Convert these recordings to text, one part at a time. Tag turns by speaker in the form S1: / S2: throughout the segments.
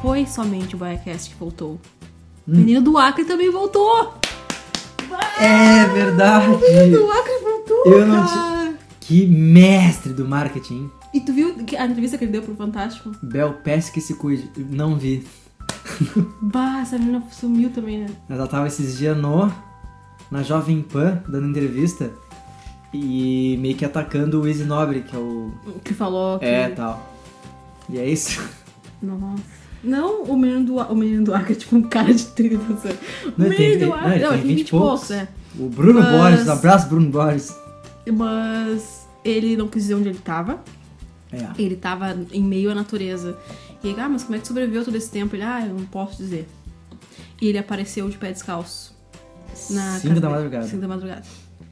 S1: foi somente o Biacast que voltou.
S2: Hum.
S1: O menino do Acre também voltou!
S2: É verdade.
S1: O menino do Acre voltou,
S2: Eu não
S1: cara!
S2: Que mestre do marketing.
S1: E tu viu que- a entrevista que ele deu pro Fantástico?
S2: Bel, peço que se cuide. Não vi.
S1: Bah, essa menina sumiu também, né?
S2: Mas Ela tava esses dias no na Jovem Pan dando entrevista e meio que atacando o Easy Nobre, que é o
S1: Que falou que...
S2: é tal. E é isso.
S1: Nossa. Não o menino do, A- o menino do Acre, tipo um cara de 30 anos. O
S2: Não, ele tem
S1: menino do
S2: vi- não,
S1: Acre,
S2: ele
S1: não, ele
S2: tem
S1: tem
S2: 20
S1: 20 e poucos,
S2: poucos.
S1: né?
S2: O Bruno
S1: Mas-
S2: Borges, um abraço Bruno Borges.
S1: Mas ele não quis dizer onde ele tava.
S2: É.
S1: Ele tava em meio à natureza. E ele, ah, mas como é que sobreviveu todo esse tempo? Ele, ah, eu não posso dizer. E ele apareceu de pé descalço. Na
S2: Cinco da
S1: cadeira-
S2: madrugada.
S1: Cinco da madrugada.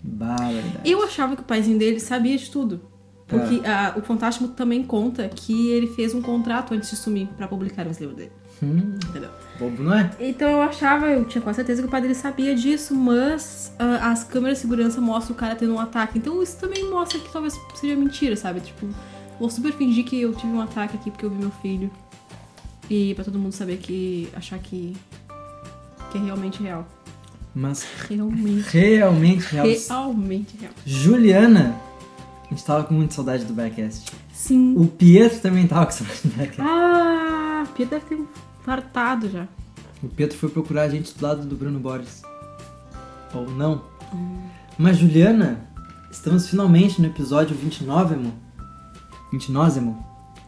S2: Barbaridade.
S1: Eu achava que o paizinho dele sabia de tudo.
S2: Tá.
S1: Porque ah, o Fantástico também conta que ele fez um contrato antes de sumir pra publicar os livros dele.
S2: Hum,
S1: Entendeu?
S2: bobo não é?
S1: Então eu achava, eu tinha quase certeza que o pai dele sabia disso, mas ah, as câmeras de segurança mostram o cara tendo um ataque. Então isso também mostra que talvez seja mentira, sabe? Tipo, vou super fingir que eu tive um ataque aqui porque eu vi meu filho. E pra todo mundo saber que. achar que. que é realmente real.
S2: Mas
S1: Realmente.
S2: realmente, real.
S1: Realmente real.
S2: Juliana, a gente tava com muita saudade do Backcast.
S1: Sim.
S2: O Pietro também tava com saudade do Backcast.
S1: Ah, Pedro deve ter fartado já.
S2: O Pedro foi procurar a gente do lado do Bruno Borges. Ou não. Mas, Juliana, estamos finalmente no episódio 29. 29.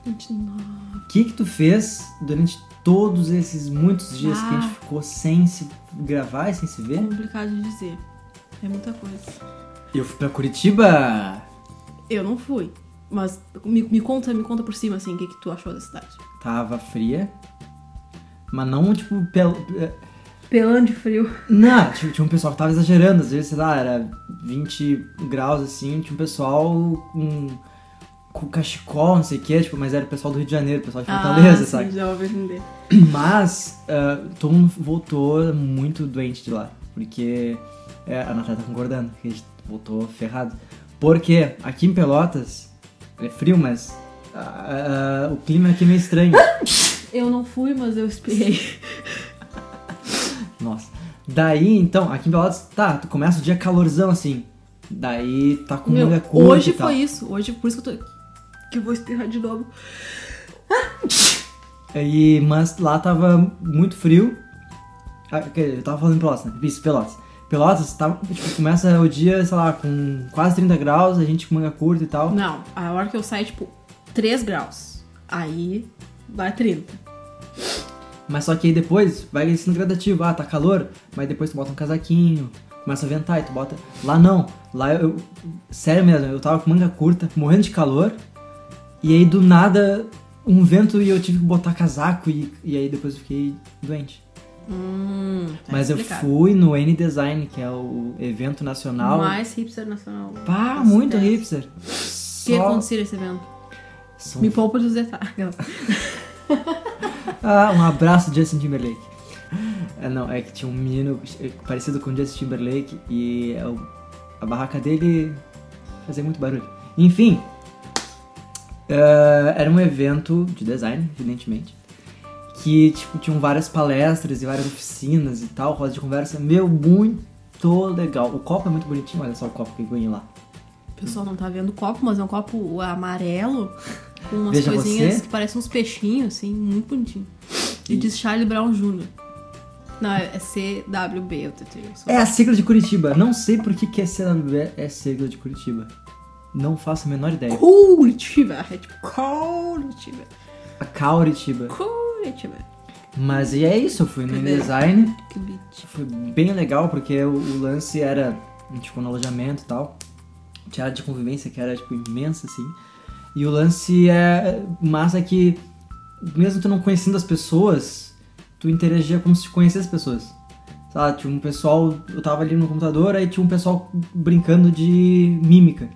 S1: Continua.
S2: O que, que tu fez durante todos esses muitos dias que a
S1: Ah.
S2: gente ficou sem se gravar e sem se ver?
S1: Complicado de dizer. É muita coisa.
S2: Eu fui pra Curitiba!
S1: Eu não fui. Mas me, me conta, me conta por cima, assim, o que, que tu achou da cidade.
S2: Tava fria. Mas não, tipo, pel... eh,
S1: Pelando de frio.
S2: Não, tinha, tinha um pessoal que tava exagerando, às vezes, sei lá, era 20 graus assim, tinha um pessoal com, com cachecol, não sei o que, tipo, mas era o pessoal do Rio de Janeiro, o pessoal
S1: Ah,
S2: de Fortaleza, sabe?
S1: já vou entender.
S2: Mas ah, todo mundo voltou muito doente de lá, porque é, a Natália tá concordando, que a gente voltou ferrado. Porque aqui em Pelotas é frio, mas ah, ah, o clima aqui é meio estranho.
S1: Eu não fui, mas eu espiei.
S2: Nossa. Daí, então, aqui em Pelotas, tá, tu começa o dia calorzão, assim. Daí tá com
S1: Meu,
S2: manga curta
S1: hoje
S2: e tal.
S1: foi isso. Hoje, por isso que eu tô. Que eu vou espirrar de novo.
S2: E, mas lá tava muito frio. Ah, quer dizer, eu tava falando em Pelotas, né? Isso, Pelotas. Pelotas, tá, tipo, começa o dia, sei lá, com quase 30 graus, a gente com manga curta e tal.
S1: Não, a hora que eu saio, tipo, 3 graus. Aí vai 30.
S2: Mas só que aí depois vai sendo gradativo, ah, tá calor, mas depois tu bota um casaquinho, começa a ventar e tu bota. Lá não, lá eu. Sério mesmo, eu tava com manga curta, morrendo de calor, e aí do nada um vento e eu tive que botar casaco, e, e aí depois eu fiquei doente.
S1: Hum, tá
S2: mas
S1: explicado.
S2: eu fui no N Design, que é o evento nacional.
S1: Mais hipster nacional.
S2: Pá,
S1: Das
S2: muito
S1: dez.
S2: hipster.
S1: O que aconteceu nesse evento?
S2: Só...
S1: Me poupa dos detalhes.
S2: Ah, um abraço, Justin Timberlake. É, não, é que tinha um menino parecido com o Justin Timberlake e o- a barraca dele fazia muito barulho. Enfim, eh, era um evento de design, evidentemente, que tipo, tinham várias palestras e várias oficinas e tal, roda de conversa. Meu, muito legal. O copo é muito bonitinho, olha só o copo que eu ganhei lá.
S1: O pessoal não tá vendo o copo, mas é um copo amarelo com umas
S2: Veja
S1: coisinhas
S2: você.
S1: que parecem uns peixinhos, assim, muito bonitinho. E
S2: E-
S1: diz Charlie Brown Jr. Não, é é CWB, eu tentei.
S2: É a sigla de Curitiba. Não sei por que, que é CWB é sigla de Curitiba. Não faço a menor ideia.
S1: Curitiba! É tipo Curitiba.
S2: A Cauritiba.
S1: Curitiba.
S2: Mas e é isso, eu fui no
S1: Cadê?
S2: design,
S1: Que beat.
S2: foi bem legal, porque o, o lance era, a gente ficou no alojamento e tal, tinha área de convivência que era, tipo, imensa, assim, e o lance é massa que, mesmo tu não conhecendo as pessoas, tu interagia como se tu conhecesse as pessoas. Sabe, tinha um pessoal, eu tava ali no computador, aí tinha um pessoal brincando de mímica.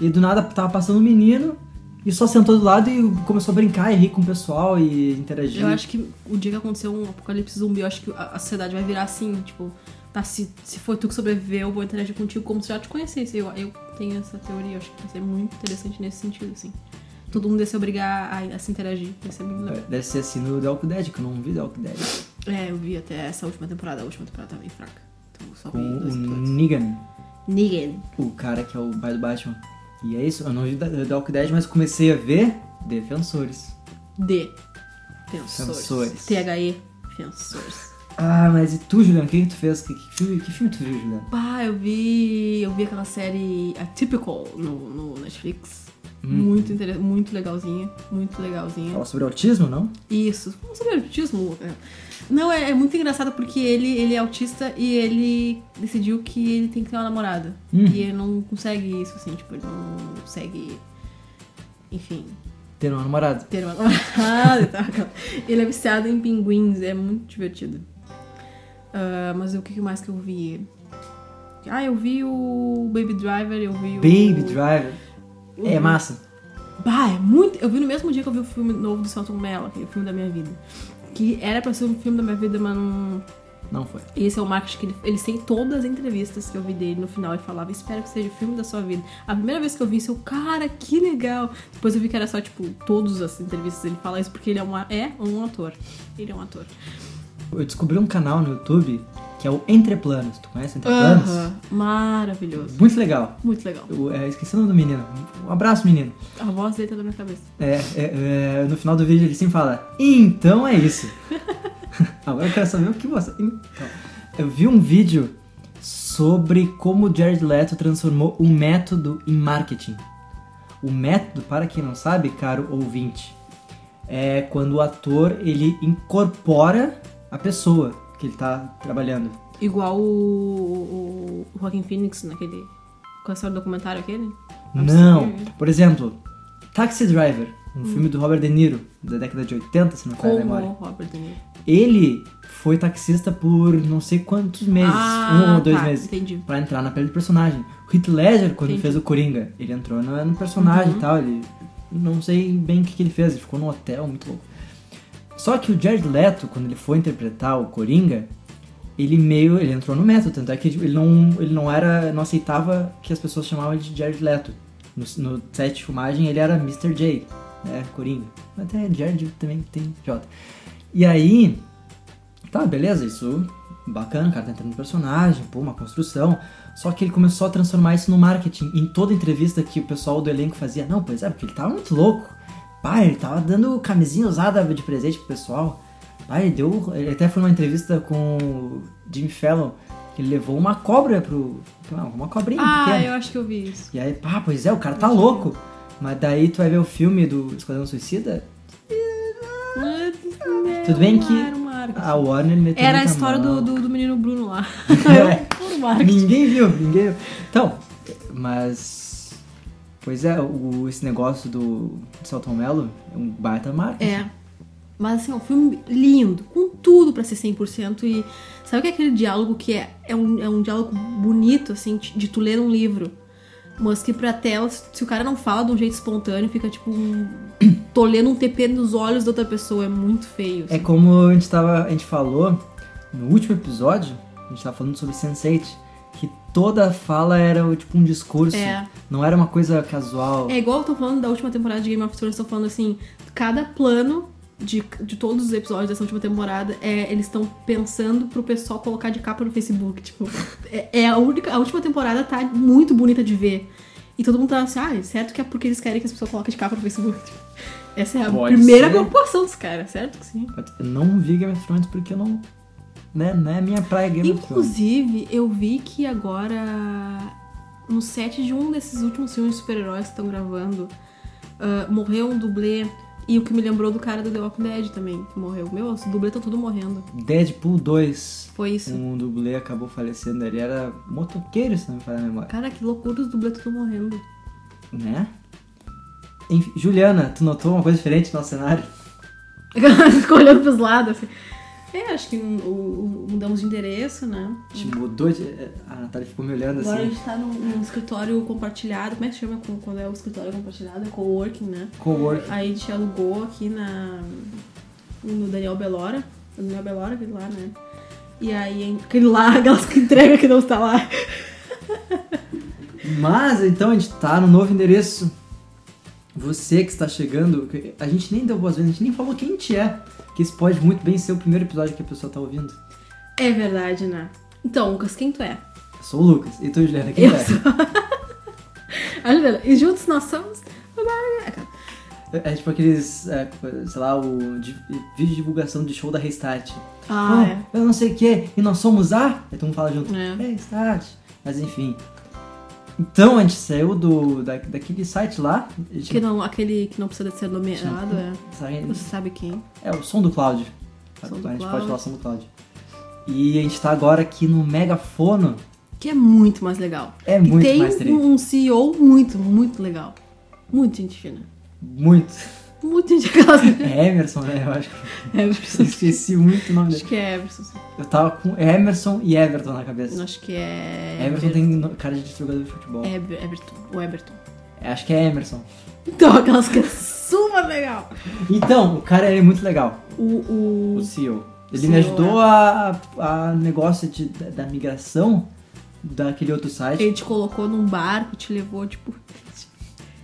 S2: E do nada tava passando um menino e só sentou do lado e começou a brincar e rir com o pessoal e interagir.
S1: Eu acho que o dia que acontecer um apocalipse zumbi, eu acho que a a sociedade vai virar assim, tipo, tá, se, se foi tu que sobreviveu, eu vou interagir contigo como se já te conhecesse. Eu, eu tenho essa teoria, eu acho que vai ser muito interessante nesse sentido, assim. todo mundo ia se obrigar a, a se interagir. Ia ser bem legal.
S2: Deve ser assim no The Walking Dead, que eu não vi The Walking Dead.
S1: É, eu vi até essa última temporada. A última temporada tá bem fraca. Então eu só vi
S2: Com um
S1: dois
S2: o
S1: episódios.
S2: Negan,
S1: Negan.
S2: o cara que é o pai do Batman. E é isso, eu não vi The The Walking Dead, mas comecei a ver Defensores.
S1: D. Fensores.
S2: Fensores.
S1: THE. Fensores.
S2: Ah, mas e tu, Juliano, o que, que tu fez? Que, que filme, que filme tu viu, Juliano?
S1: Pá, eu vi. Eu vi aquela série Atypical no, no Netflix. Muito, inter... muito legalzinha. Muito legalzinha.
S2: Fala sobre autismo, não?
S1: Isso. Não seria autismo? é. Não, é, é muito engraçado porque ele, ele é autista e ele decidiu que ele tem que ter uma namorada.
S2: Hum.
S1: E ele não consegue isso, assim, tipo, ele não consegue. Enfim,
S2: Ter uma namorada.
S1: ter uma namorada e tal. Ele é viciado em pinguins, é muito divertido. Ah, mas o que mais que eu vi? Ah, eu vi o Baby Driver, eu vi o.
S2: Baby Driver. É massa.
S1: Bah, é muito. Eu vi no mesmo dia que eu vi o filme novo do Celton Mello, aquele filme da minha vida. Que era pra ser um filme da minha vida, mas não.
S2: Não foi.
S1: Esse é o Marcos que ele, ele tem todas as entrevistas que eu vi dele no final. Ele falava: Espero que seja o filme da sua vida. A primeira vez que eu vi isso, eu, cara, que legal. Depois eu vi que era só, tipo, todas as entrevistas ele fala isso porque ele é, uma, é um ator. Ele é um ator.
S2: Eu descobri um canal no YouTube que é o Entreplanos. Tu conhece Entreplanos?
S1: Aham, Maravilhoso.
S2: Muito legal.
S1: Muito legal.
S2: Eu, é, esqueci o nome do menino. Um abraço, menino.
S1: A voz dele tá na minha cabeça.
S2: É, é, é, no final do vídeo ele sempre fala, então é isso. Agora eu quero saber o que você. Então, eu vi um vídeo sobre como o Jared Leto transformou o método em marketing. O método, para quem não sabe, caro ouvinte, é quando o ator ele incorpora a pessoa que ele tá trabalhando.
S1: Igual o, o, o Joaquin Phoenix naquele. Qual é o documentário aquele? é
S2: Não. Por exemplo, Taxi Driver, um filme do Robert De Niro, da década de 80, se não falha a
S1: Como
S2: memória.
S1: o Robert De Niro.
S2: Ele foi taxista por não sei quantos meses,
S1: Ah,
S2: um ou dois
S1: tá,
S2: meses,
S1: entendi.
S2: pra entrar na pele do personagem. O Heath Ledger, quando
S1: Entendi. Uhum.
S2: fez o Coringa, ele entrou no, no personagem e tal, ele não sei bem o que, que ele fez, ele ficou num hotel, muito louco. Só que o Jared Leto, quando ele foi interpretar o Coringa, ele meio, ele entrou no método, tanto é que ele não, ele não era, não aceitava que as pessoas chamavam ele de Jared Leto. No, no set de filmagem ele era Mr. J, né, Coringa. Até Jared também tem J. E aí, tá, beleza, isso bacana, o cara tá entrando no personagem, pô, uma construção. Só que ele começou a transformar isso no marketing. Em toda entrevista que o pessoal do elenco fazia, não, pois é, porque ele tava muito louco. Pai, ele tava dando camisinha usada de presente pro pessoal. Pai, ele deu. Ele até foi numa entrevista com o Jimmy Fallon, que ele levou uma cobra pro. Não, uma cobrinha
S1: Ah,
S2: pequena.
S1: eu acho que eu vi isso.
S2: E aí, pá, pois é, o cara tá louco. Mas daí tu vai ver o filme do Esquadrão Suicida, Tudo bem que-
S1: Era, um marketing.
S2: a Warner meteu
S1: Era a
S2: muita
S1: história
S2: mão.
S1: do, do, do menino Bruno lá.
S2: É.
S1: Puro marketing.
S2: Ninguém viu, ninguém viu. Então, mas. Pois é, o, esse negócio do Celton Mello é um baita marketing.
S1: É. Mas assim, é um filme lindo, com tudo pra ser 100%. E sabe o que é aquele diálogo que é, é, um, é um diálogo bonito, assim, de de tu ler um livro? Mas que pra tela, se se o cara não fala de um jeito espontâneo, fica tipo. Um... Tô lendo um TP nos olhos da outra pessoa, é muito feio.
S2: É
S1: assim.
S2: como a gente, tava, a gente falou no último episódio, a gente tava falando sobre Sense8, que toda fala era o- tipo um discurso,
S1: É.
S2: não era uma coisa casual.
S1: É igual eu tô falando da última temporada de Game of Thrones, eu tô falando assim, cada plano de, de todos os episódios dessa última temporada, é, eles estão pensando pro pessoal colocar de capa no Facebook. Tipo, é, é a única. A última temporada tá muito bonita de ver. E todo mundo tá assim, ah, é certo que é porque eles querem que as pessoas coloquem de capa no Facebook. Tipo, Essa é a
S2: Pode
S1: primeira
S2: ser.
S1: preocupação dos caras, certo que sim.
S2: Eu não vi Game of Thrones porque eu não. Né, não é minha praia Game of Thrones.
S1: Inclusive, eu vi que agora, no set de um desses últimos filmes de super-heróis que estão gravando, ah, morreu um dublê. E o que me lembrou do cara do The Walking Dead também, que morreu. Meu, os dublês estão tudo morrendo.
S2: Deadpool 2.
S1: Foi isso.
S2: Um dublê acabou falecendo, ele era motoqueiro, se não me falha a memória.
S1: Cara, que loucura os dublês tudo morrendo.
S2: Né? Enfim, Juliana, tu notou uma coisa diferente no nosso cenário?
S1: Ficou olhando pros lados, assim. É, acho que hum, o- o- mudamos de endereço, né?
S2: A gente mudou de. é, A Natália ficou me olhando
S1: Agora a
S2: assim.
S1: gente tá num, num escritório compartilhado. Como é que chama com- quando é o escritório compartilhado? É coworking, né?
S2: Cowork.
S1: Aí a gente alugou aqui na, no Daniel Belora. No Daniel Belora, aquele lá, né? E aí, aquele lá, aquelas que entrega que não está lá.
S2: Mas então a gente tá no novo endereço. Você que está chegando, que- a gente nem deu boas-vindas, a gente nem falou quem a gente é. Que esse pode muito bem ser o primeiro episódio que a pessoa tá ouvindo.
S1: É verdade, né? Então, Lucas, quem tu é?
S2: Eu sou o Lucas. E tu, Juliana, quem
S1: Eu
S2: é?
S1: sou. A Juliana, e juntos nós somos.
S2: É tipo aqueles, é, sei lá, o di- vídeo de divulgação de show da Restart.
S1: Ah, é.
S2: Eu não sei o que, e nós somos a. Aí todo mundo fala junto.
S1: É.
S2: Restart. Mas enfim. Então a gente saiu do, da, daquele site lá. a gente-
S1: Que não, aquele que não precisa de ser nomeado, é.
S2: sai-
S1: Você sabe quem?
S2: É o som do Cláudio.
S1: Som do
S2: a gente pode
S1: Cláudio.
S2: falar som do Cláudio. E a gente tá agora aqui no Megafono.
S1: Que é muito mais legal.
S2: É
S1: E
S2: muito
S1: tem
S2: mais triste.
S1: um CEO muito, muito legal. Muito gente fina.
S2: Muito.
S1: Muito gente aquelas.
S2: É Emerson, né? Eu acho que eu
S1: Everson.
S2: esqueci muito o nome dele.
S1: Acho que é Everson. sim.
S2: Eu tava com Emerson e Everton na cabeça.
S1: Acho que é.
S2: Everton tem no- cara de jogador de futebol.
S1: Eber- Everton. O Everton.
S2: Acho que é Emerson.
S1: Então, aquelas que é super legal.
S2: Então, o cara ele é muito legal,
S1: O.
S2: o
S1: o...
S2: CEO. Ele
S1: CEO,
S2: me ajudou
S1: é.
S2: a, a negócio de, da, da migração daquele outro site.
S1: Ele te colocou num barco, te levou, tipo.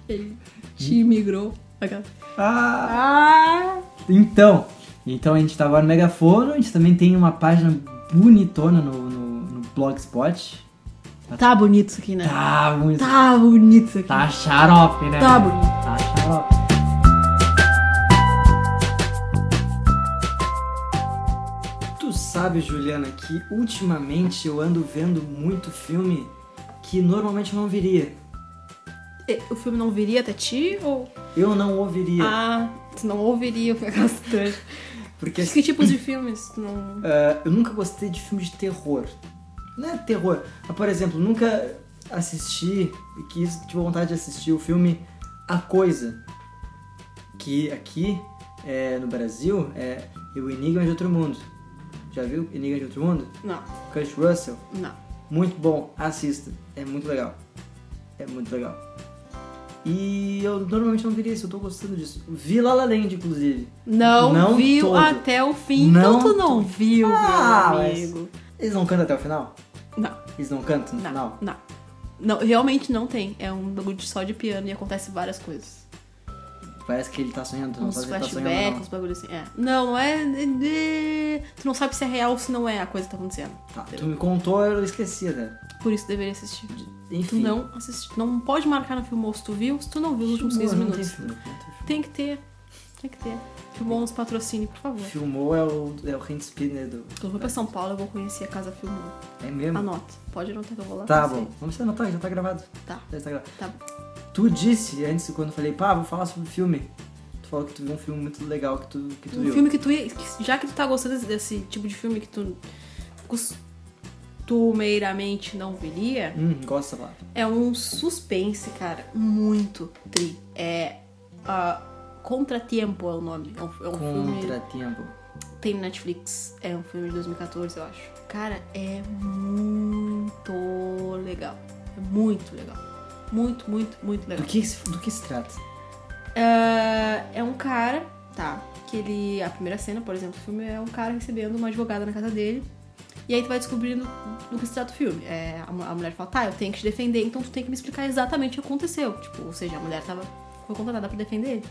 S1: Ele te migrou. Aquela-
S2: Ah!
S1: Ah!
S2: Então, então a gente tá agora no Megafono, a gente também tem uma página bonitona no, no, no Blogspot.
S1: Tá bonito isso aqui, né?
S2: Tá, muito.
S1: Tá bonito isso aqui.
S2: Tá xarope, né?
S1: Tá bonito.
S2: Tá xarope. Tu sabe, Juliana, que ultimamente eu ando vendo muito filme que normalmente eu não viria.
S1: E- O filme não viria até ti ou.
S2: Eu não ouviria.
S1: Ah, tu não ouviria o bastante.
S2: Porque assim,
S1: Que, que tipos de filmes tu não.
S2: Ah, eu nunca gostei de filmes de terror. Não é terror. Mas, por exemplo, nunca assisti e quis, tive vontade de assistir o filme A Coisa. Que aqui é, no Brasil é O Enigma de Outro Mundo. Já viu Enigma de Outro Mundo?
S1: Não,
S2: Kurt Russell.
S1: não.
S2: Muito bom, assista. É muito legal. É muito legal. E eu normalmente não veria isso, eu tô gostando disso. Vi La La Land, inclusive.
S1: Não,
S2: Não
S1: viu
S2: todo.
S1: até o fim,
S2: Não
S1: então tu não viu,
S2: Ah,
S1: meu
S2: mas-
S1: amigo.
S2: Eles não cantam até o final?
S1: Não,
S2: Eles não cantam no
S1: não,
S2: final?
S1: não, não. realmente não tem. É um bagulho de só de piano e acontece várias coisas.
S2: Parece que ele tá sonhando, não
S1: Uns
S2: parece que ele tá sonhando,
S1: flashbacks, uns bagulhos assim. É. Não, não é. é- é- Tu não sabe se é real ou se não é a coisa que tá acontecendo.
S2: não. Tá, tu me contou, eu esqueci, né?
S1: Por isso deveria assistir. Tu
S2: Enfim.
S1: não assiste. Não pode marcar no filmou se tu viu, se tu não viu os últimos 15
S2: Filmou, não tem
S1: minutos.
S2: filme, não tem filme.
S1: Tem que ter. Tem que ter. Filmou nos patrocínio, por favor. Então
S2: Filmou é o, é o Hand Spinner do...
S1: Eu vou pra São Paulo, eu vou conhecer a casa filmou.
S2: É mesmo?
S1: Anota. Pode anotar que eu vou lá. com
S2: tá bom.
S1: você.
S2: Vamos se anotar, já tá gravado.
S1: Tá,
S2: Já está gravado.
S1: tá bom.
S2: Tu disse antes, quando eu falei, pá, vou falar sobre filme. Tu falou que tu viu um filme muito legal que tu, que tu
S1: Um
S2: viu.
S1: filme que tu ia. que- Já que tu tá gostando desse, desse tipo de filme que tu costumeiramente não veria,
S2: Hum, gosta lá.
S1: é um suspense, cara. Muito tri. É. ah, Contratempo é o nome. É um, é um filme.
S2: Contratempo.
S1: Tem no Netflix. É um filme de 2014, eu acho. Cara, é muito legal. É muito legal. Muito, muito, muito legal.
S2: Do que, se- do que se trata?
S1: Ah, é um cara, tá? Que ele. A primeira cena, por exemplo, do filme é um cara recebendo uma advogada na casa dele. E aí tu vai descobrindo do que se trata o filme. É, a, mu- a mulher fala, tá, eu tenho que te defender, então tu tem que me explicar exatamente o que aconteceu. Tipo, ou seja, a mulher tava, foi contratada pra defender ele.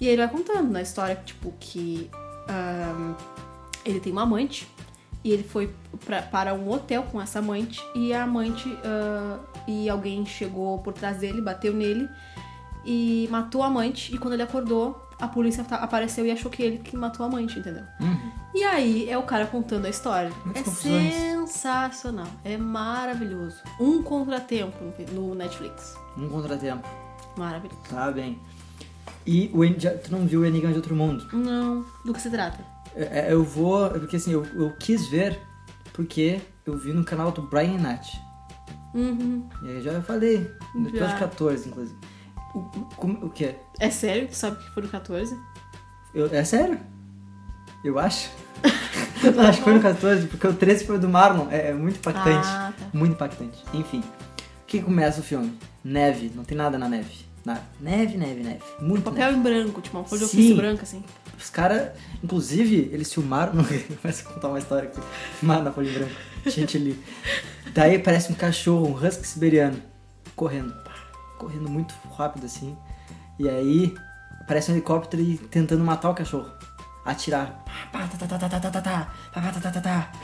S1: E aí ele vai contando na história, tipo, que ah, ele tem uma amante e ele foi pra- para um hotel com essa amante e a amante ah, e alguém chegou por trás dele, bateu nele e matou a amante. E quando ele acordou, a polícia ta- apareceu e achou que ele que matou a amante, entendeu? E aí é o cara contando a história.
S2: Uhum.
S1: é
S2: Muitas confusões.
S1: sensacional, é maravilhoso. Um contratempo no Netflix.
S2: Um contratempo.
S1: Maravilhoso.
S2: Tá bem. E o, En- já- tu não viu o Enigma de Outro Mundo?
S1: Não, do que se trata?
S2: É, é, eu vou. Porque assim, eu, eu quis ver porque eu vi no canal do Brian Nath.
S1: Uhum.
S2: E aí já falei, no episódio
S1: Já. 14,
S2: 14, inclusive. O, o, como- o quê?
S1: É sério? Tu sabe que foi no 14?
S2: Eu, é sério? Eu acho. Eu acho que foi no 14, porque o 13 foi o do Marlon. É, é muito impactante.
S1: Ah, tá.
S2: Muito impactante. Enfim. O que começa o filme? Neve, não tem nada na neve. Nada. Neve, neve, neve. Muito
S1: Papel em branco, tipo uma folha de
S2: Sim.
S1: ofício branca, assim.
S2: Os caras, inclusive, eles filmaram. Começa a contar uma história aqui. Filmaram na Folha em Branco. Gente ali. Daí parece um cachorro, um husky siberiano. Correndo. pá, Correndo muito rápido assim. E aí aparece um helicóptero e tentando matar o cachorro. Atirar. Pá, pá, tá, tá, tá, tá, tá, tá, tá, pá, pá, tá, tá, tá, tá.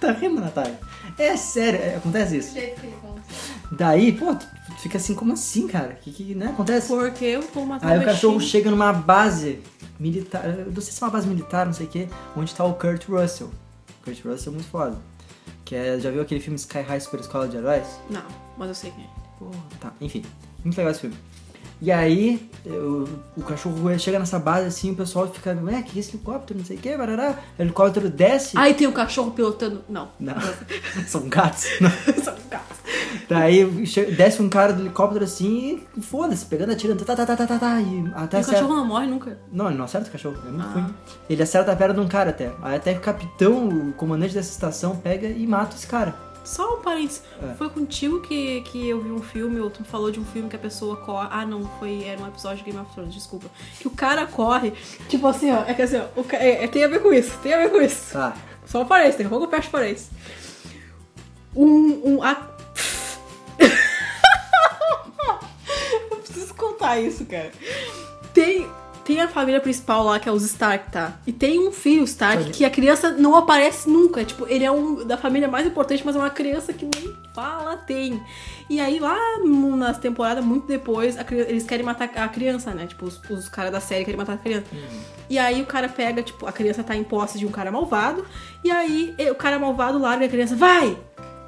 S2: Tá rindo, Natália? É sério, é, acontece isso.
S3: jeito que ele conta.
S2: Daí, pô, tu tu fica assim, como assim, cara? Que que, né, acontece?
S1: Porque eu vou matar
S2: Aí o
S1: meu
S2: cachorro
S1: time.
S2: chega numa base militar, eu não sei se é uma base militar, não sei o que, onde tá o Kurt Russell. Kurt Russell é muito foda. Que é, já viu aquele filme Sky High Super Escola de Heróis?
S1: Não, mas eu sei quem é.
S2: Porra, tá, enfim. Muito legal esse filme. E aí, eu- o cachorro chega nessa base assim, o pessoal fica, é, que esse helicóptero, não sei o que, barará. O helicóptero desce.
S1: Aí tem o cachorro pilotando. Não.
S2: Não, Tá são gatos. Não.
S1: Só um gato.
S2: Daí che- desce um cara do helicóptero assim e foda-se, pegando, atirando, tá, tá, tá, tá, tá, tá, e até
S1: E o
S2: acerta-
S1: cachorro não morre nunca.
S2: Não, ele não acerta o cachorro, é muito
S1: Ah.
S2: ruim. Ele acerta a perna de um cara até. Aí até o capitão, o comandante dessa estação, pega e mata esse cara.
S1: Só um parênteses.
S2: É.
S1: Foi contigo que, que eu vi um filme, ou tu falou de um filme que a pessoa corre. Ah, não, foi. Era um episódio de Game of Thrones, desculpa. Que o cara corre. Tipo assim, ó. É que assim, ó. o ca- é- é- tem a ver com isso, tem a ver com isso.
S2: Tá.
S1: Só um parênteses, tem pouco fecha parênteses. Um. um a... eu preciso contar isso, cara. Tem. Tem a família principal lá, que é os Stark, tá? E tem um filho, Stark,
S2: Olha.
S1: que a criança não aparece nunca. Tipo, ele é um da família mais importante, mas é uma criança que nem fala tem. E aí, lá no- nas temporadas, muito depois, a cri- eles querem matar a criança, né? Tipo, os, os caras da série querem matar a criança. E aí o cara pega, tipo, a criança tá em posse de um cara malvado. E aí e- o cara malvado larga a criança, vai!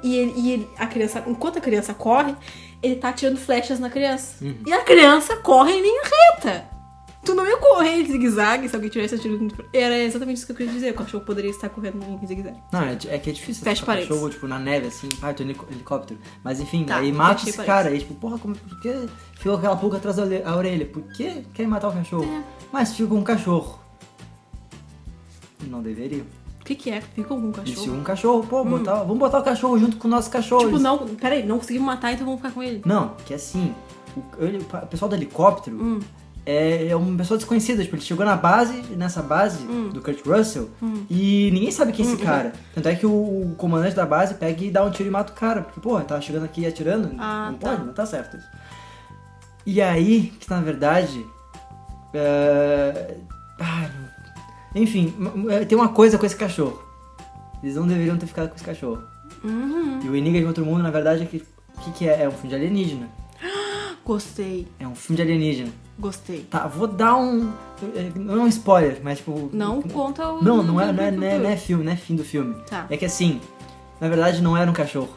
S1: E, ele, e ele- a criança, enquanto a criança corre, ele tá atirando flechas na criança.
S2: Uhum.
S1: E a criança corre em linha reta. Tu não ia correr em zigue-zague se alguém tivesse atirando. Era exatamente isso que eu queria dizer. O cachorro poderia estar correndo em zigue-zague.
S2: Não, é, é que é difícil.
S1: Fecha
S2: o
S1: parênteses.
S2: cachorro, tipo, na neve, assim, pai, tem um helico- helicóptero. Mas enfim,
S1: Tá,
S2: aí mata
S1: fechei
S2: esse
S1: parênteses.
S2: cara. Aí, tipo, porra, como, por que ficou aquela pulga atrás da orelha- a orelha? Por que quer matar o cachorro?
S1: É.
S2: Mas ficou um cachorro. Não deveria.
S1: O que, que é? Fica algum
S2: E se
S1: cachorro? Hum.
S2: um cachorro, pô, botar, vamos botar o cachorro junto com o nosso cachorro.
S1: Tipo, não, peraí, não conseguimos matar, então vamos ficar com ele.
S2: Não, que assim, o, ele- o pessoal do helicóptero
S1: Hum.
S2: é, é uma pessoa desconhecida. Tipo, ele chegou na base, nessa base
S1: Hum.
S2: do Kurt Russell, e ninguém sabe quem é esse cara. Tanto é que o, o comandante da base pega e dá um tiro e mata o cara. Porque, porra, tava chegando aqui e atirando.
S1: Ah,
S2: não
S1: tá.
S2: pode, não tá certo isso. E aí, que na verdade. é, ah, não- enfim, m- m- tem uma coisa com esse cachorro. Eles não deveriam ter ficado com esse cachorro.
S1: Uhum.
S2: E o Enigma de Outro Mundo, na verdade, é que. O que, que é? É um filme de alienígena.
S1: Gostei,
S2: É um filme de alienígena.
S1: gostei.
S2: Tá, vou dar um. eh, Não um spoiler, mas tipo.
S1: Não conta o.
S2: Não, não é, não é,
S1: do
S2: não é-
S1: futuro.
S2: não é filme, não é fim do filme.
S1: Tá.
S2: É que assim, na verdade não era um cachorro.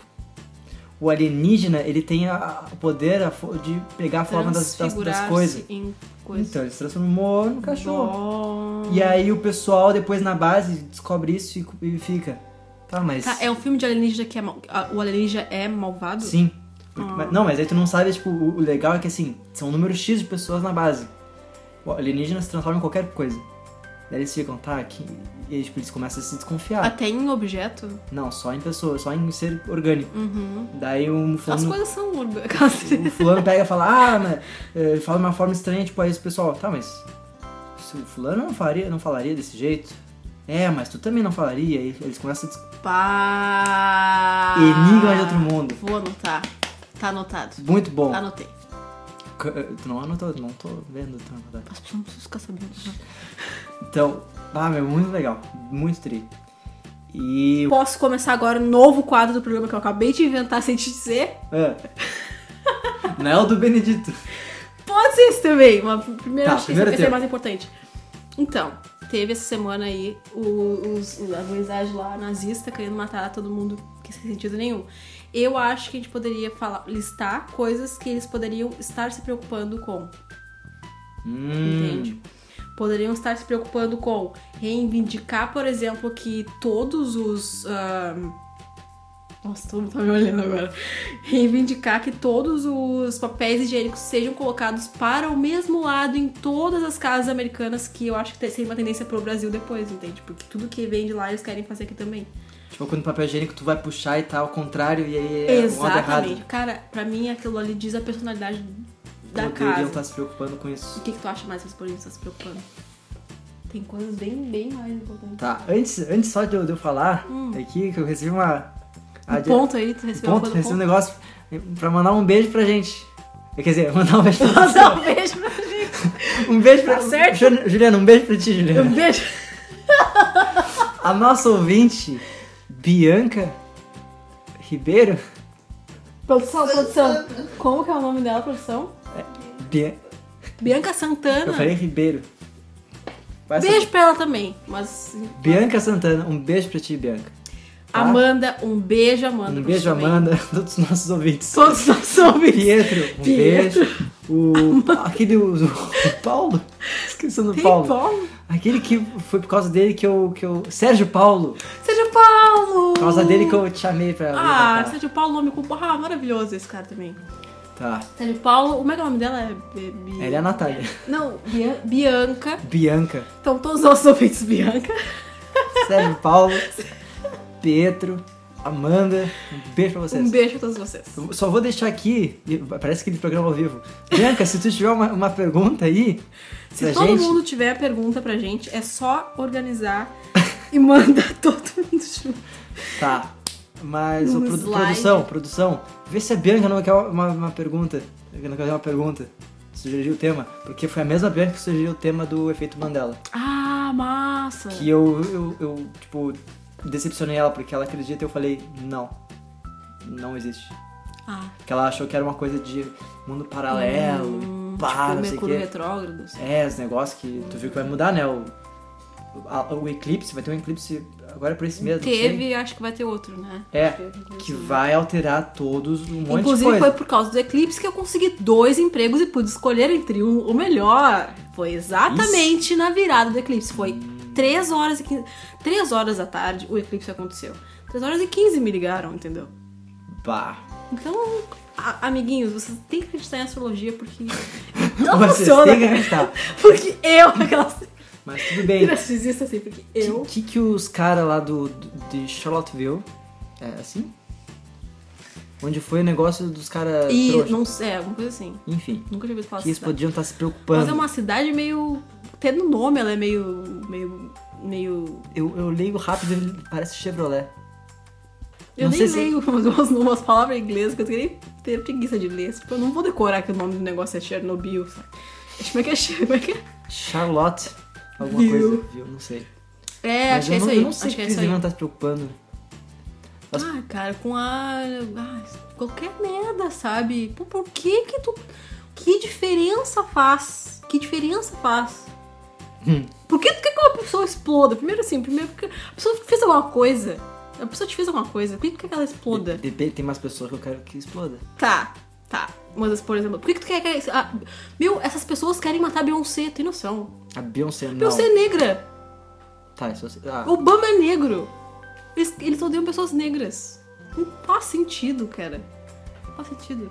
S2: O alienígena, ele tem a- a- o poder a fo- de pegar a forma das, das, das
S1: Transfigurar-se
S2: coisas.
S1: Em coisas.
S2: Então, ele se transformou num cachorro.
S1: Bom.
S2: E aí o pessoal depois na base descobre isso e, e fica. Tá, mas.
S1: Tá, é um filme de alienígena que é mal... ah, o alienígena é malvado?
S2: Sim.
S1: Ah.
S2: Porque- mas- não, mas aí tu não sabe, tipo, o, o legal é que assim, são um número X de pessoas na base. O alienígena se transforma em qualquer coisa. Daí eles ficam, tá, aqui. E aí, tipo, eles começam a se desconfiar.
S1: Até em objeto?
S2: Não, só em pessoa, só em ser orgânico.
S1: Uhum.
S2: Daí um
S1: As
S2: fulano,
S1: coisas são orgânicas.
S2: o fulano pega e fala, ah, mas eh, fala de uma forma estranha, tipo, aí o pessoal, tá, mas se o fulano não faria, não falaria desse jeito. É, mas tu também não falaria. E eles começam a se
S1: Pá.
S2: Enigma de Outro Mundo.
S1: Vou anotar. Tá anotado.
S2: Muito bom. eh,
S1: Anotei.
S2: Tu não anotou, não tô vendo, tu não anotou.
S1: As pessoas não precisam ficar sabendo. né?
S2: Então, ah, meu, muito legal. Muito tri. E.
S1: Posso começar agora um novo quadro do programa que eu acabei de inventar sem te dizer?
S2: Ah. Não é o do Benedito.
S1: Pode ser isso também, uma primeira
S2: Tá,
S1: notícia,
S2: primeiro
S1: porque essa é
S2: tema.
S1: mais importante. Então, teve essa semana aí o- os, a gurizagem lá nazista querendo matar todo mundo que sem sentido nenhum. Eu acho que a gente poderia falar, listar coisas que eles poderiam estar se preocupando com,
S2: Hum,
S1: entende? Poderiam estar se preocupando com reivindicar, por exemplo, que todos os. ahn, Nossa, todo mundo tá me olhando agora. Reivindicar que todos os papéis higiênicos sejam colocados para o mesmo lado em todas as casas americanas, que eu acho que tem- seria uma tendência pro Brasil depois, entende? Porque tudo que vem de lá eles querem fazer aqui também.
S2: Tipo, quando o papel higiênico tu vai puxar e tá ao contrário, e aí é um modo
S1: Exatamente.
S2: errado.
S1: Cara, pra mim aquilo ali diz a personalidade da
S2: Não
S1: casa.
S2: deveriam estar tá se preocupando com
S1: O
S2: isso.
S1: que, que tu acha mais que as polícias estão se preocupando? Tem coisas bem, bem mais importantes.
S2: Tá, antes, antes só de eu, de eu falar aqui, que eu recebi
S1: Hum.
S2: uma.
S1: Um ponto aí, tu
S2: Um
S1: recebeu
S2: ponto,
S1: alguma coisa do
S2: recebi um
S1: ponto?
S2: negócio pra mandar um beijo pra gente. Quer dizer, mandar um beijo pra você.
S1: Dá um beijo pra gente.
S2: Um beijo pra
S1: Tá certo?
S2: Ju- Juliana, um beijo pra ti, Juliana.
S1: Um beijo.
S2: A nossa ouvinte, Bianca Ribeiro.
S1: Produção, produção. Como que é o nome dela, produção?
S2: Bian-
S1: Bianca Santana.
S2: Eu falei Ribeiro. Vai ser-
S1: Ah. Beijo pra ela também. Mas.
S2: Bianca Santana, um beijo pra ti, Bianca. Tá?
S1: Amanda, um beijo, Amanda.
S2: Um
S1: pra
S2: beijo,
S1: você também.
S2: Amanda, todos os nossos ouvintes.
S1: Todos nós ouvintes.
S2: Pietro, um
S1: Pietro.
S2: beijo. O, aquele, o, o Paulo, esqueci do
S1: Tem
S2: Paulo.
S1: Paulo?
S2: Aquele que foi por causa dele que eu, que eu... Sérgio Paulo,
S1: Seja Paulo!
S2: por causa dele que eu te chamei pra... vir
S1: Ah,
S2: pra cá.
S1: Sérgio Paulo, nome com. Ah, maravilhoso esse cara também.
S2: Tá,
S1: Sérgio Paulo, como é que é o nome dela? É. Bi- Bi-
S2: ela é a Natália.
S1: Não, Bia- Bianca.
S2: Bianca,
S1: Então, todos os nossos ouvintes, Bianca.
S2: Sérgio Paulo, Pietro, Amanda, um beijo pra vocês.
S1: Um beijo pra todos vocês.
S2: Eu Só vou deixar aqui, e parece aquele programa ao vivo. Bianca, se tu tiver uma, uma pergunta aí
S1: Se
S2: pra
S1: todo
S2: gente,
S1: mundo tiver pergunta pra gente, é só organizar e manda todo mundo junto.
S2: tá. Mas, ô,
S1: Num
S2: produ-
S1: slide.
S2: produção, produção, vê se a Bianca não quer uma, uma pergunta. Eu não quero uma pergunta. Sugeriu o tema. Porque foi a mesma Bianca que sugeriu o tema do efeito Mandela.
S1: Ah, massa!
S2: Que eu, eu, eu, tipo, decepcionei ela, porque ela acredita e eu falei, não. Não existe.
S1: Ah,
S2: Que ela achou que era uma coisa de mundo paralelo, e pá,
S1: tipo,
S2: Ah, não sei o quê.
S1: Mercúrio retrógrado. assim.
S2: É, os negócios que tu viu que vai mudar, né? O, a- o eclipse, vai ter um eclipse agora por esse mês, não sei.
S1: Teve, acho que vai ter outro, né?
S2: É,
S1: Teve,
S2: que vai alterar todos um monte
S1: Inclusive,
S2: de
S1: foi
S2: coisa.
S1: por causa do eclipse que eu consegui dois empregos e pude escolher entre um, o melhor. Foi exatamente na virada do eclipse. Foi 3 horas e 15, 3 horas da tarde o eclipse aconteceu. 3 horas e 15 me ligaram, entendeu?
S2: Bah.
S1: Então, a- amiguinhos, vocês têm que acreditar em astrologia porque não
S2: Vocês
S1: funciona.
S2: têm que acreditar.
S1: Porque eu, aquelas
S2: Mas tudo bem. O
S1: narcisista assim, porque
S2: que,
S1: eu...
S2: que, que os caras lá do, do- de Charlottesville... É assim? Onde foi o negócio dos caras...
S1: E,
S2: trouxa.
S1: não sei, é, alguma coisa assim.
S2: Enfim,
S1: Nunca tinha ouvido falar
S2: que eles
S1: dessa cidade.
S2: podiam estar se preocupando.
S1: Mas é uma cidade meio... Tendo nome, ela é meio... Meio... Meio...
S2: eu, eu leio rápido, ele parece Chevrolet.
S1: Eu
S2: Não
S1: nem
S2: sei se-
S1: leio umas, umas palavras em inglês que eu queria ter preguiça de ler. Tipo, eu não vou decorar que o nome do negócio é Chernobyl, sabe? Como é que é Cher- como é que é?
S2: Charlotte, alguma
S1: Viu.
S2: coisa, viu? Não sei.
S1: É,
S2: Mas
S1: acho que
S2: eu
S1: é
S2: não,
S1: isso
S2: eu
S1: aí.
S2: não sei
S1: Acho que é
S2: porque
S1: isso
S2: eles
S1: aí.
S2: não tá se preocupando. As-
S1: Ah, cara, com a. ah, qualquer merda, sabe? Por, por que que tu. Que diferença faz? Que diferença faz?
S2: Hum.
S1: Por que tu quer que uma pessoa exploda? Primeiro assim, primeiro porque a pessoa fez alguma coisa. A pessoa te fez alguma coisa. Por que tu quer que ela exploda?
S2: De- de- tem mais pessoas que eu quero que exploda.
S1: Tá, tá. Mas, por exemplo, por que que tu quer que. Ah, meu, essas pessoas querem matar Beyoncé, tem noção?
S2: A Beyoncé não.
S1: Beyoncé é negra.
S2: Tá, isso eu- ah,
S1: Obama é negro. Eles, eles odeiam pessoas negras. Não faz sentido, cara. Não faz sentido.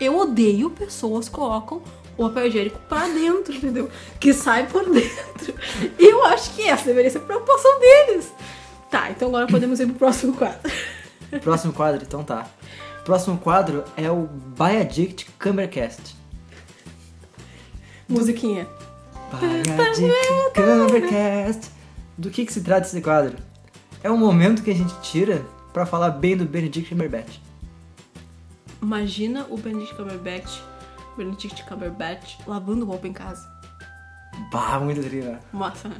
S1: Eu odeio pessoas que colocam o papel higiênico pra dentro, entendeu? Que sai por dentro. Eu acho que essa deveria ser a preocupação deles. Tá, então agora podemos ir pro próximo quadro.
S2: Próximo quadro, então tá. Próximo quadro é o By Addict Cumbercast.
S1: Musiquinha.
S2: By Addict Cumbercast. Do que que se trata esse quadro? É um momento que a gente tira pra falar bem do Benedict Cumberbatch.
S1: Imagina o Benedict Cumberbatch, Benedict Cumberbatch lavando roupa em casa.
S2: Bah, muito trilha.
S1: Massa, né?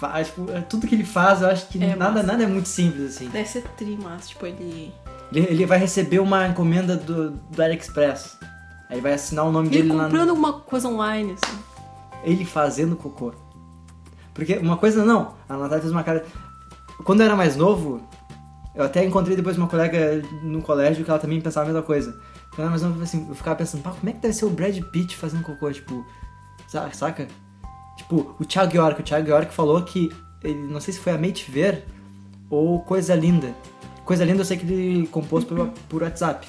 S2: Bah, tipo, é tudo que ele faz, eu acho que
S1: É
S2: nada,
S1: massa.
S2: nada é muito simples, assim.
S1: Deve ser tri massa, tipo, ele...
S2: Ele, ele vai receber uma encomenda do, do AliExpress. Aí ele vai assinar o nome
S1: Ele
S2: dele lá no...
S1: comprando alguma coisa online, assim.
S2: ele fazendo cocô. Porque uma coisa não, a Natália fez uma cara. Quando eu era mais novo, eu até encontrei depois uma colega no colégio que ela também pensava a mesma coisa. Quando eu era mais novo, assim, eu ficava pensando, pá, como é que deve ser o Brad Pitt fazendo cocô? Tipo, sa- saca? Tipo, o Thiago York, o Thiago York falou que, ele, não sei se foi a Mate Ver ou Coisa Linda. Coisa Linda eu sei que ele compôs por, por WhatsApp.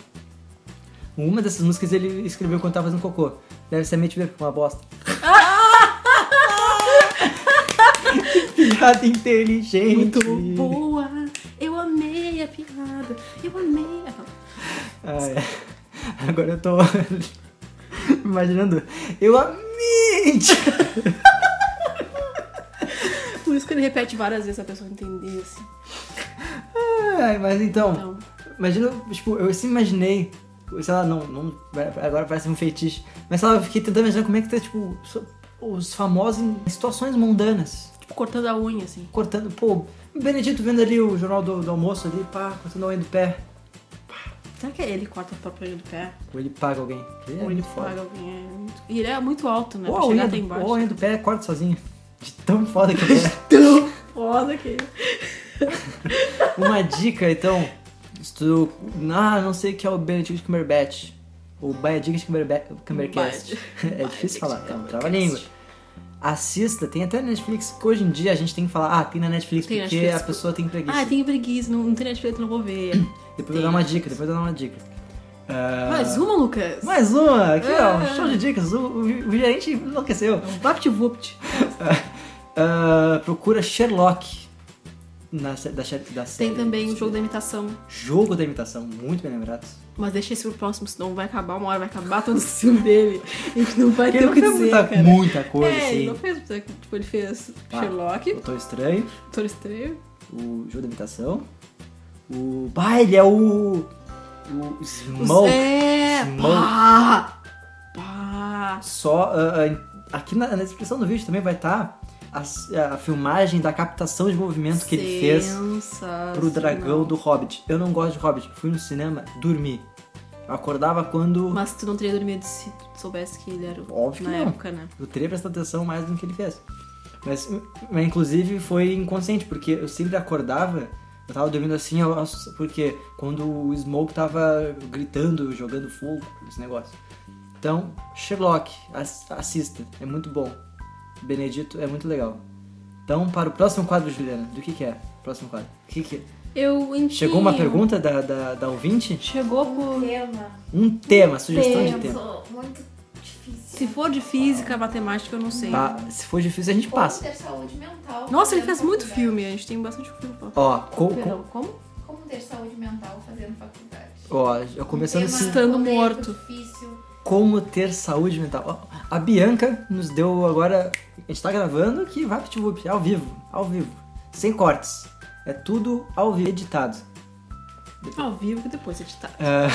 S2: Uma dessas músicas ele escreveu quando tava fazendo cocô. Deve ser a Mate Ver, porque é uma bosta. Piada inteligente.
S1: Muito boa, eu amei a piada, eu amei a...
S2: Ai, agora eu tô imaginando. Eu ah, amei!
S1: Por isso que ele repete várias vezes a pessoa entender, assim.
S2: Ai, mas então,
S1: Então,
S2: imagina, tipo, eu sempre imaginei sei lá, não, não- agora parece um feitiço. Mas sei lá, eu fiquei tentando imaginar como é que tá, tipo, so- os famosos em situações mundanas.
S1: Tipo, cortando a unha, assim.
S2: Cortando, pô, o Benedito vendo ali o jornal do, do almoço ali, pá, cortando a unha do pé.
S1: Será que ele corta a própria unha do pé?
S2: Ou ele paga alguém. Ele é
S1: Ou ele
S2: muito foda.
S1: paga alguém? É muito- E ele é muito alto, né?
S2: Ou
S1: pra
S2: a
S1: chegar
S2: unha
S1: até
S2: do-
S1: embaixo.
S2: ou a unha do pé corta sozinho. De tão foda que é.
S1: Tão Então, foda que...
S2: Uma dica, então. Se tu. Ah, não sei o que é o Benedict Cumberbatch. Ou Benedict Cumberbatch. Cumbercast. É difícil falar, calma, trava a língua. Assista, tem até na Netflix, que hoje em dia a gente tem que falar, ah, tem na Netflix,
S1: Tem na
S2: porque
S1: Netflix.
S2: a pessoa tem preguiça.
S1: Ah, tem preguiça, não, não tem Netflix, não vou ver.
S2: depois eu vou dar uma dica, depois eu vou dar uma dica. Ah,
S1: Mais uma, Lucas?
S2: mais uma, aqui ó, um
S1: Ah.
S2: show de dicas, o, o, o gerente enlouqueceu.
S1: É um Vapt-vupt.
S2: Ah, procura Sherlock, na, sé- da, sé- da série.
S1: Tem também o jogo da imitação.
S2: Jogo da imitação, muito bem lembrado.
S1: Mas deixa esse pro próximo, senão vai acabar uma hora, vai acabar todo o filme dele. A gente não vai ter
S2: Ele
S1: o
S2: não
S1: que
S2: fez
S1: dizer,
S2: muita,
S1: cara.
S2: muita coisa,
S1: é, ele
S2: assim.
S1: não fez muita coisa. Tipo, ele fez
S2: Ah.
S1: Sherlock,
S2: Eu tô estranho.
S1: Doutor Estranho.
S2: O jogo da imitação. O. Bah, ele é o. O
S1: Os-
S2: Smoke.
S1: É,
S2: Smoke.
S1: pá! Pá!
S2: Só. ah, ah, aqui na, na descrição do vídeo também vai estar a, filmagem da captação de movimento que ele fez pro dragão do Hobbit. Eu não gosto de Hobbit. Fui no cinema, dormi. Eu acordava quando.
S1: Mas tu não teria dormido se tu soubesse que ele era o...
S2: Óbvio que
S1: na
S2: não.
S1: época, né?
S2: Eu teria prestado atenção mais do que ele fez. Mas, mas, inclusive, foi inconsciente, porque eu sempre acordava, eu tava dormindo assim, eu- eu- porque quando o Smoke tava gritando, jogando fogo, esse negócio. Então, Sherlock, ass- assista, é muito bom. Benedito é muito legal. Então, para o próximo quadro, Juliana, do que que é? Próximo quadro. O que que é?
S1: Eu enfim,
S2: Chegou uma pergunta da, da, da ouvinte?
S1: Chegou
S3: Um
S1: por...
S3: tema.
S2: Um tema, sugestão
S3: Eu
S2: de tema.
S3: sou muito difícil.
S1: Se for de física, matemática, eu não sei.
S2: Tá, se for difícil, a gente
S3: Ou
S2: passa.
S3: ter saúde mental.
S1: Nossa, ele
S3: fazendo
S1: fez muito
S3: faculdade.
S1: filme. A gente tem bastante filme. pra-
S2: Ó, co- co-
S1: Perdão, como?
S3: Como ter saúde mental fazendo faculdade.
S2: ó, eu
S1: Um
S2: começando
S3: Tema
S2: assim.
S1: Estando
S3: polêmico,
S1: morto.
S3: Difícil.
S2: Como ter saúde mental. Ó, A Bianca nos deu agora. A gente tá gravando que vai pro ao vivo. Ao vivo. Sem cortes. É tudo ao vivo, editado.
S1: Ao vivo e depois editar.
S2: Ah,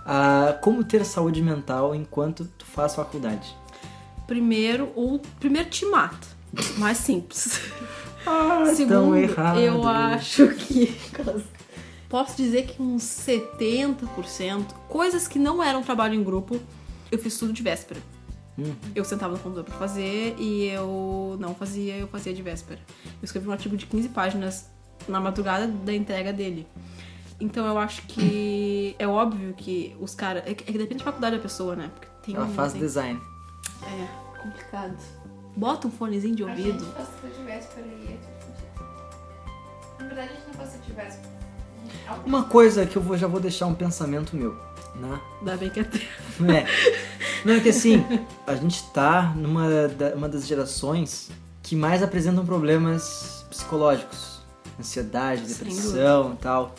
S2: ah, como ter saúde mental enquanto tu faz faculdade.
S1: Primeiro, ou primeiro te mata. Mais simples.
S2: Ah,
S1: Segundo, eu acho que. Posso dizer que uns 70%, coisas que não eram trabalho em grupo, eu fiz tudo de véspera.
S2: Hum.
S1: Eu sentava no computador pra fazer e eu não fazia, eu fazia de véspera. Eu escrevi um artigo de 15 páginas na madrugada da entrega dele. Então eu acho que é óbvio que os caras. É que é que depende da faculdade da pessoa, né? Porque tem
S2: Ela
S1: um-
S2: faz
S1: tem-
S2: design.
S1: É, complicado. Bota um fonezinho de
S3: A gente
S1: ouvido.
S3: passou de véspera e é difícil. Na verdade, a gente não passou de véspera. Algum-
S2: Uma coisa que eu vou, já vou deixar um pensamento meu, né?
S1: Ainda bem que até.
S2: É. Não, é que assim, a gente tá numa da- uma das gerações que mais apresentam problemas psicológicos. Ansiedade,
S1: Sem
S2: depressão e tal.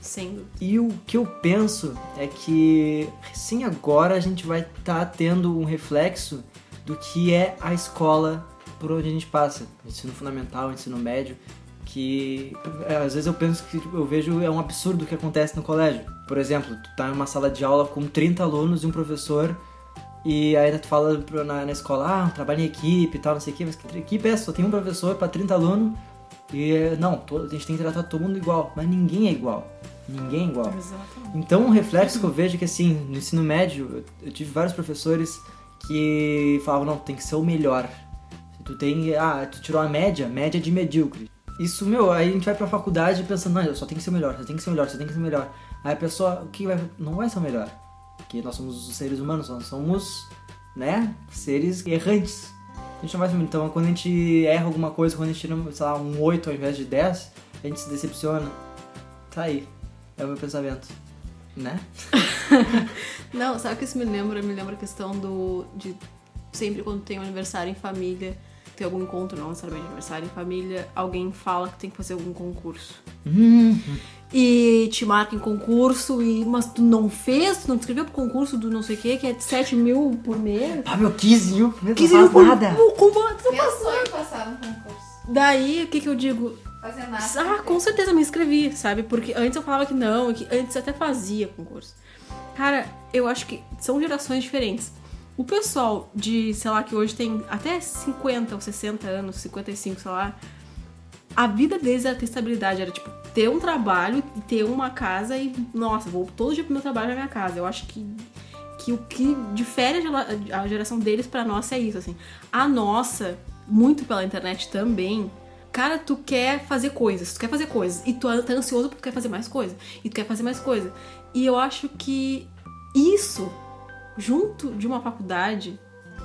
S1: Sendo.
S2: E o que eu penso é que recém agora a gente vai estar tendo um reflexo do que é a escola por onde a gente passa. Ensino fundamental, ensino médio, que é, às vezes eu penso que tipo, eu vejo é um absurdo o que acontece no colégio. Por exemplo, tu tá em uma sala de aula com 30 alunos e um professor e aí tu fala pro- na, na escola, ah, trabalho em equipe e tal, não sei o quê, mas que tri- equipe é? Só tem um professor pra 30 alunos e eh, não, to- a gente tem que tratar todo mundo igual, mas ninguém é igual. Ninguém é igual.
S1: Exatamente.
S2: Então, um reflexo que eu vejo é que, assim, no ensino médio, eu- eu tive vários professores que falavam, não, tu tem que ser o melhor. Se tu tem, ah, tu tirou a média, média de medíocre. Isso, meu, aí a gente vai pra faculdade pensando, não, eu só tenho que ser o melhor, só tem que ser o melhor, só tem que ser o melhor. Aí a pessoa, o que vai, não vai ser o melhor. Porque nós somos os seres humanos, nós somos, né, seres errantes. A gente não vai ser, então, quando a gente erra alguma coisa, quando a gente tira, sei lá, um 8 ao invés de 10, a gente se decepciona. Tá aí. É o meu pensamento. Né?
S1: Não, sabe o que isso me lembra? Me lembra a questão do. de sempre quando tem um aniversário em família, tem algum encontro, não necessariamente aniversário em família, alguém fala que tem que fazer algum concurso.
S2: Hum,
S1: E te marca em concurso, e, mas tu não fez, tu não te inscreveu pro concurso do não sei o que, que é de 7 mil por mês.
S2: Ah, meu, 15 mil. Meu,
S1: 15
S2: não
S1: mil
S2: faz
S1: por
S2: nada.
S1: Não, como- tu não
S3: Meu
S1: faz-
S3: sonho é passar no concurso.
S1: Daí, o que que eu digo?
S3: Fazer nada.
S1: Ah, com certeza me inscrevi, sabe? Porque antes eu falava que não, que antes eu até fazia concurso. Cara, eu acho que são gerações diferentes. O pessoal de, sei lá, que hoje tem até 50 ou 60 anos, 55, sei lá, a vida deles era ter estabilidade, era tipo ter um trabalho e ter uma casa e, nossa, vou todo dia pro meu trabalho e pra minha casa. Eu acho que, que o que difere a gera- a geração deles pra nossa é isso, assim. A nossa, muito pela internet também, cara, tu quer fazer coisas, tu quer fazer coisas, e tu tá ansioso porque tu quer fazer mais coisa, e tu quer fazer mais coisa. E eu acho que isso, junto de uma faculdade,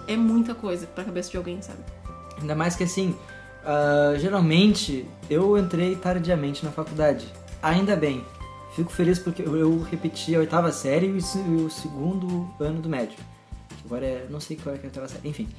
S1: é muita coisa pra cabeça de alguém, sabe?
S2: Ainda mais que assim, ah, geralmente eu entrei tardiamente na faculdade. Ainda bem. Fico feliz porque eu- eu repeti a oitava série e o se- e o segundo ano do médio. Que Agora é. não sei qual é que é a oitava série. Enfim.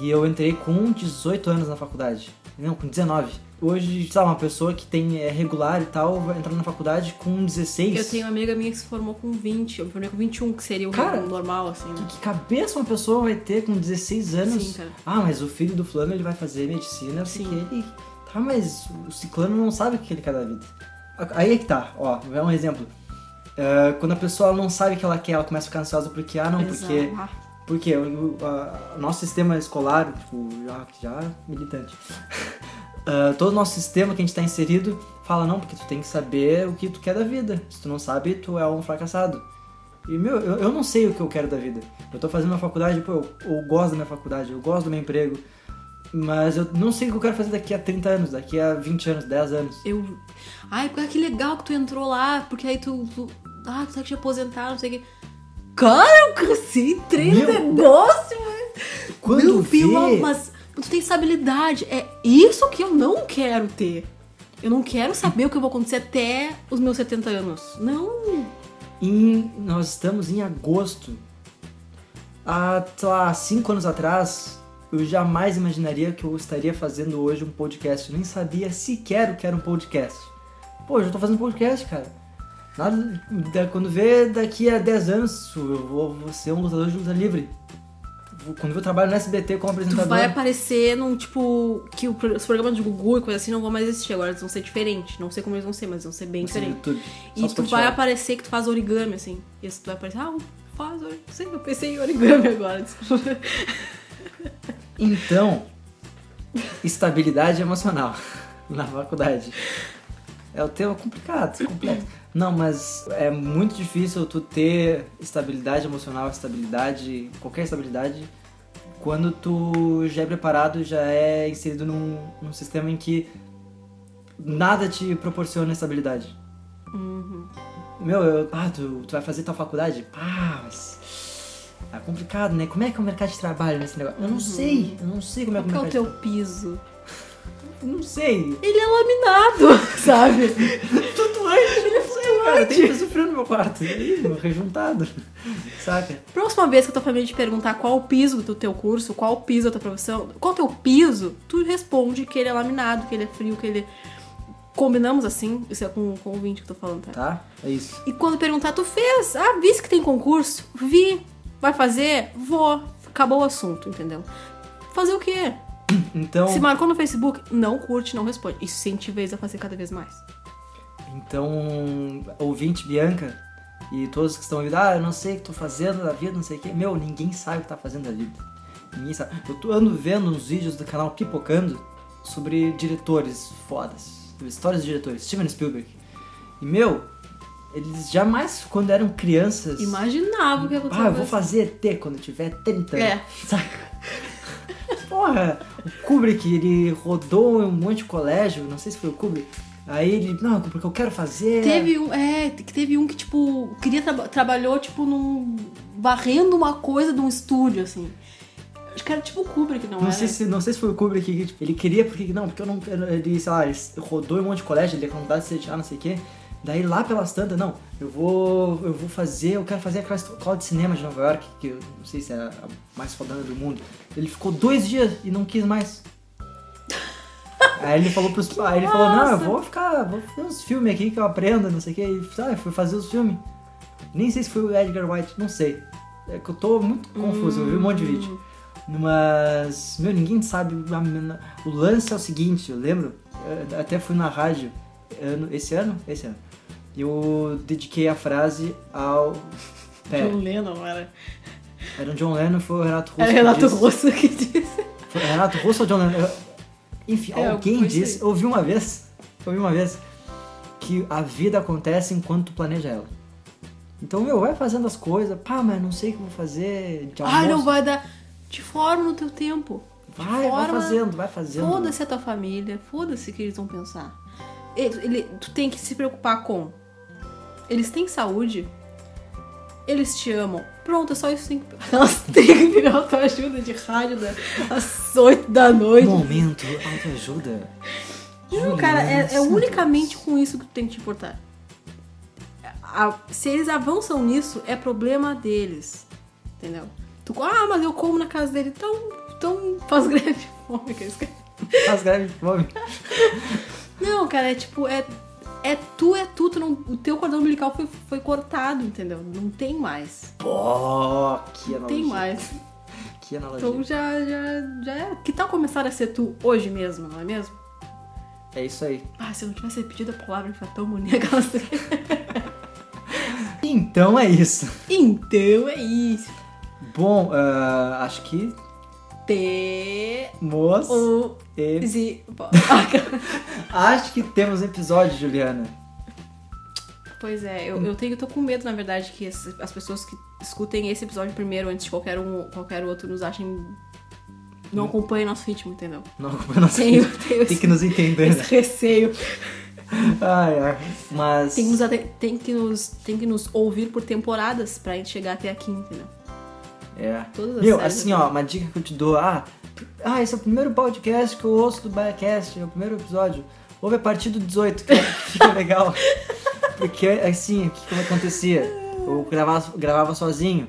S2: E eu entrei com 18 anos na faculdade. Não, com 19. Hoje, sabe, uma pessoa que tem é regular e tal vai entrar na faculdade com 16.
S1: Eu tenho uma amiga minha que se formou com 20, eu me formei com 21, que seria o
S2: Cara,
S1: ritmo normal, assim.
S2: Que,
S1: Né?
S2: que cabeça uma pessoa vai ter com 16 anos?
S1: Sim, cara.
S2: Ah, mas o filho do fulano ele vai fazer medicina Sim.
S1: Sim.
S2: porque ele. Tá, mas o ciclano não sabe o que ele quer da vida. Aí é que tá, ó, é um exemplo. Ah, quando a pessoa não sabe o que ela quer, ela começa a ficar ansiosa porque, ah, não, porque.
S1: Exato. Ah,
S2: Porque o a- o nosso sistema escolar, tipo, já, já militante. Ah, todo o nosso sistema que a gente tá inserido fala, não, porque tu tem que saber o que tu quer da vida. Se tu não sabe, tu é um fracassado. E, meu, eu, eu não sei o que eu quero da vida. Eu tô fazendo uma faculdade, pô, eu, eu gosto da minha faculdade, eu gosto do meu emprego. Mas eu não sei o que eu quero fazer daqui a 30 anos, daqui a 20 anos, 10 anos.
S1: Eu. Ai, porque que legal que tu entrou lá, porque aí tu. tu- Ah, tu tá que te aposentar, não sei o quê. Cara, eu cansei três
S2: Meu-
S1: negócios, mano.
S2: Quando
S1: Meu
S2: vê-
S1: filho, mas tu tem estabilidade. É isso que eu não quero ter. Eu não quero saber o que eu vou acontecer até os meus 70 anos. Não.
S2: Em- nós estamos em agosto. Há, sei lá, cinco anos atrás, eu jamais imaginaria que eu estaria fazendo hoje um podcast. Eu nem sabia sequer o que era um podcast. Pô, eu já tô fazendo podcast, cara. Nada- da- quando vê daqui a 10 anos, eu vou, vou ser um lutador de luta livre. Vou- Quando eu trabalho no SBT como
S1: Tu
S2: apresentador.
S1: vai aparecer num tipo. Que o pro- os programas de Gugu e coisa assim não vão mais existir. Agora eles vão ser diferentes. Não sei como eles vão ser, mas vão ser bem
S2: no
S1: diferentes.
S2: YouTube. Só
S1: E tu
S2: Spotify.
S1: vai aparecer que tu faz origami, assim. E tu vai aparecer, ah, eu faz origami. Não sei, eu pensei em origami agora, desculpa.
S2: Então, estabilidade emocional na faculdade. É o tema complicado, complexo. Não, mas é muito difícil tu ter estabilidade emocional, estabilidade, qualquer estabilidade, quando tu já é preparado, já é inserido num, num sistema em que nada te proporciona estabilidade.
S1: Uhum.
S2: Meu, eu, ah, tu, tu vai fazer tua faculdade? Ah, mas. É complicado, né? Como é que é o mercado de trabalho nesse negócio? Eu não sei, eu não sei como é que
S1: Uhum. Qual
S2: o
S1: é o
S2: mercado.
S1: teu piso?
S2: de- Não sei.
S1: Ele é laminado, sabe? Flutuante, ele é
S2: Cara, tem
S1: flutuante.
S2: peso frio tá no meu quarto. E aí, meu rejuntado. Saca?
S1: Próxima vez que a tua família te perguntar qual o piso do teu curso, qual o piso da tua profissão, qual o teu piso, tu responde que ele é laminado, que ele é frio, que ele é... Combinamos assim? Isso é com, com o ouvinte que eu tô falando, tá?
S2: Tá? É isso.
S1: E quando perguntar, tu fez? Ah, vi que tem concurso? Vi. Vai fazer? Vou. Acabou o assunto, entendeu? Fazer o quê?
S2: Então,
S1: Se marcou no Facebook, não curte, não responde. Isso incentiva eles a fazer cada vez mais.
S2: então, ouvinte Bianca e todos que estão ouvindo, ah, eu não sei o que tô fazendo da vida, não sei o que. Meu, ninguém sabe o que tá fazendo da vida. Ninguém sabe. Eu tô ando vendo uns vídeos do canal Pipocando sobre diretores fodas. Histórias de diretores. Steven Spielberg. E, meu, eles jamais, quando eram crianças...
S1: Imaginava o que aconteceu.
S2: Ah, eu vou fazer ET quando eu tiver 30 anos.
S1: É.
S2: Saca? Porra, o Kubrick, ele rodou um monte de colégio, não sei se foi o Kubrick. Aí ele, não, porque eu quero fazer.
S1: Teve um, é, que teve um que, tipo, queria traba- trabalhou, tipo, num. varrendo uma coisa de um estúdio, assim. Acho que era tipo o Kubrick, não,
S2: Não
S1: era?
S2: sei, se, não sei se foi o Kubrick que tipo, ele queria, porque não, porque eu não quero. Ele, sei lá, ele rodou em um monte de colégio, ele é convidado a CTA, não sei o quê. Daí lá pelas tantas, não, eu vou. Eu vou fazer, eu quero fazer aquela escola de cinema de Nova York, que eu não sei se é a mais fodona do mundo. Ele ficou dois dias e não quis mais. Aí ele falou pros pais, ele falou, não, eu vou ficar, vou fazer uns filmes aqui que eu aprenda, não sei o quê. E sabe, foi fazer os filmes. Nem sei se foi o Edgar White, não sei. É que eu tô muito confuso, eu vi um monte de vídeo.
S1: Hum.
S2: Mas, meu, ninguém sabe. a mena- O lance é o seguinte, eu lembro, eu até fui na rádio ano- esse ano, esse ano. Eu dediquei a frase ao Pera.
S1: John Lennon, É. era.
S2: Era o John Lennon, foi o Renato Russo.
S1: Era
S2: que
S1: Renato
S2: disse.
S1: Russo que disse.
S2: Foi o Renato Russo ou John Lennon? Eu- Enfim,
S1: É, alguma
S2: alguém
S1: coisa
S2: disse,
S1: aí.
S2: ouvi uma vez, ouvi uma vez, que a vida acontece enquanto tu planeja ela. Então, meu, vai fazendo as coisas, pá, mas não sei o que eu vou fazer de almoço.
S1: Ai, Ah, não vai dar. Te forma no teu tempo.
S2: Vai, vai
S1: forma.
S2: fazendo, vai fazendo.
S1: Foda-se a tua família, foda-se o que eles vão pensar. Ele, ele- tu tem que se preocupar com. Eles têm saúde, eles te amam. Pronto, é só isso. Tem que... Elas têm que virar autoajuda de rádio da- às 8 da noite.
S2: Momento, autoajuda.
S1: Não, cara, é, é
S2: Juliana
S1: unicamente com isso que tu tem que te importar. A- se eles avançam nisso, é problema deles. Entendeu? Tu, ah, mas eu como na casa dele, então, então faz greve de fome, que eles querem.
S2: Santos. As graves de fome.
S1: Não, cara, é tipo, é, é tu, é tu, tu não- o teu cordão umbilical foi, foi cortado, entendeu? Não tem mais.
S2: Pô, que
S1: Não
S2: analogia.
S1: tem mais.
S2: Que analogia.
S1: Então já, já, já era. Que tal começar a ser tu hoje mesmo, não é mesmo?
S2: É isso aí.
S1: Ah, se eu não tivesse repetido a palavra, ele foi tão bonita aquelas três.
S2: Então é isso.
S1: Então é isso.
S2: Bom, ah, acho que
S1: T.
S2: moço
S1: O.
S2: e...
S1: Z.
S2: Acho que temos episódio, Juliana.
S1: Pois é, eu, eu, tenho, eu tô com medo, na verdade, que as, as pessoas que escutem esse episódio primeiro, antes de qualquer, um, qualquer outro, nos achem. Não acompanhem nosso ritmo, entendeu?
S2: Não, eu não sei.
S1: Tenho, tenho
S2: Tem
S1: esse,
S2: que nos entender.
S1: esse
S2: né?
S1: receio.
S2: Ai, ai. Mas.
S1: Tem que, nos, ate- tem, que nos, tem que nos ouvir por temporadas pra gente chegar até aqui, entendeu?
S2: É.
S1: Todas as
S2: Meu,
S1: séries- né?
S2: assim, ó, uma dica que eu te dou. Ah, ah, esse é o primeiro podcast que eu ouço do Biacast, é o primeiro episódio. Ouve a partir do 18, que fica legal. Porque, assim, o que, que acontecia? Eu gravava, gravava sozinho.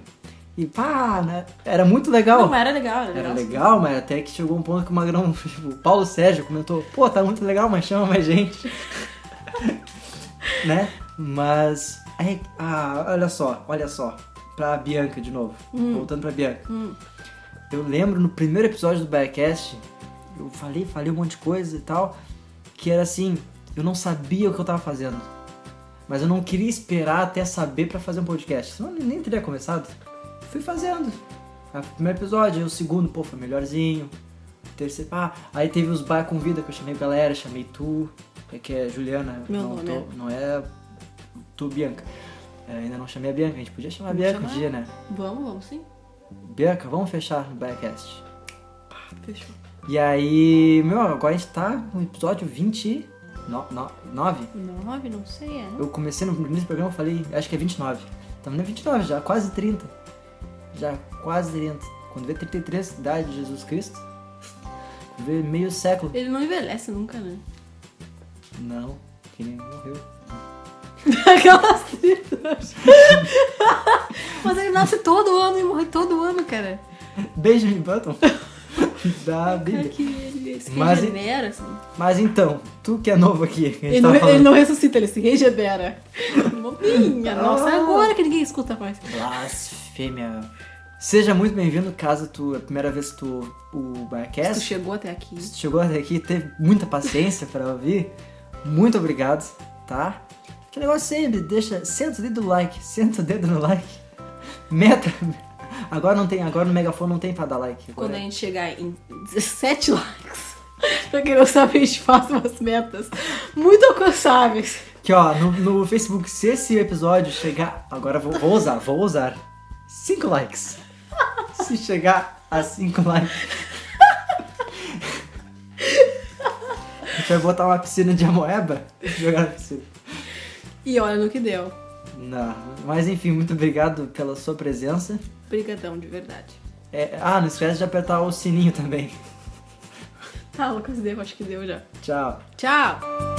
S2: E pá, né? Era muito legal.
S1: Não, mas era legal, era legal.
S2: Era legal, mas até que chegou um ponto que o Magrão, tipo, o Paulo Sérgio comentou, pô, tá muito legal, mas chama mais gente. né? Mas. aí- ah, olha só, olha só. Pra Bianca de novo. Voltando pra Bianca.
S1: Hum.
S2: Eu lembro no primeiro episódio do Backcast, eu falei, falei um monte de coisa e tal, que era assim, eu não sabia o que eu tava fazendo. Mas eu não queria esperar até saber pra fazer um podcast. Senão eu nem teria começado. Fui fazendo. Aí foi o primeiro episódio, aí o segundo, pô, foi melhorzinho. O terceiro, pá. Aí teve os bar com vida que eu chamei galera, chamei tu. É que é Juliana,
S1: Meu
S2: não,
S1: nome né?
S2: tô- não é tu, Bianca. É, ainda não chamei a Bianca, a gente podia chamar a
S1: Vamos
S2: Bianca um
S1: chamar
S2: dia, né?
S1: Vamos, vamos sim.
S2: Bianca, vamos fechar no Backcast.
S1: Fechou.
S2: E aí, meu, agora a gente tá no episódio 29.
S1: Nove, não sei, é.
S2: Eu comecei no início do programa, eu falei, acho que é 29. Estamos no 29 já, quase 30. Já, quase 30. Quando vê 33, idade de Jesus Cristo. Quando vê meio século.
S1: Ele não envelhece nunca, né?
S2: Não, que nem morreu.
S1: Aquelas tritas. Mas ele nasce todo ano e morre todo ano, cara.
S2: Benjamin Button. da
S1: Cara
S2: Bíblia.
S1: que ele se
S2: Mas-
S1: regenera, assim.
S2: Mas então, tu que é novo aqui, que a gente
S1: Ele
S2: tava
S1: não, é- ele
S2: falando.
S1: não ressuscita, ele se regenera. Bobinha, nossa, é
S2: Ah.
S1: agora que ninguém escuta mais.
S2: Blasfêmia. Seja muito bem-vindo, caso tu, é a primeira vez que tu o
S1: Tu
S2: Barcast.
S1: chegou até aqui.
S2: Se tu chegou até aqui, teve muita paciência pra ouvir, muito obrigado, tá? Que negócio sempre, deixa, senta o dedo no like, senta o dedo no like. Meta. Agora não tem, agora no megafone não tem pra dar like. agora
S1: Quando a
S2: é-
S1: gente chegar em 17 likes, pra quem não sabe, a gente faz umas metas muito alcançáveis.
S2: Que ó, no, no Facebook, se esse episódio chegar. Agora vou, vou usar, vou usar. 5 likes. Se chegar a 5 likes. A gente vai botar uma piscina de amoeba e jogar na piscina.
S1: E olha no que deu.
S2: Não. Mas enfim, muito obrigado pela sua presença.
S1: Brigadão, de verdade.
S2: É, ah, não esquece de apertar o sininho também.
S1: Tá, Lucas, deu, acho que deu já.
S2: Tchau.
S1: Tchau!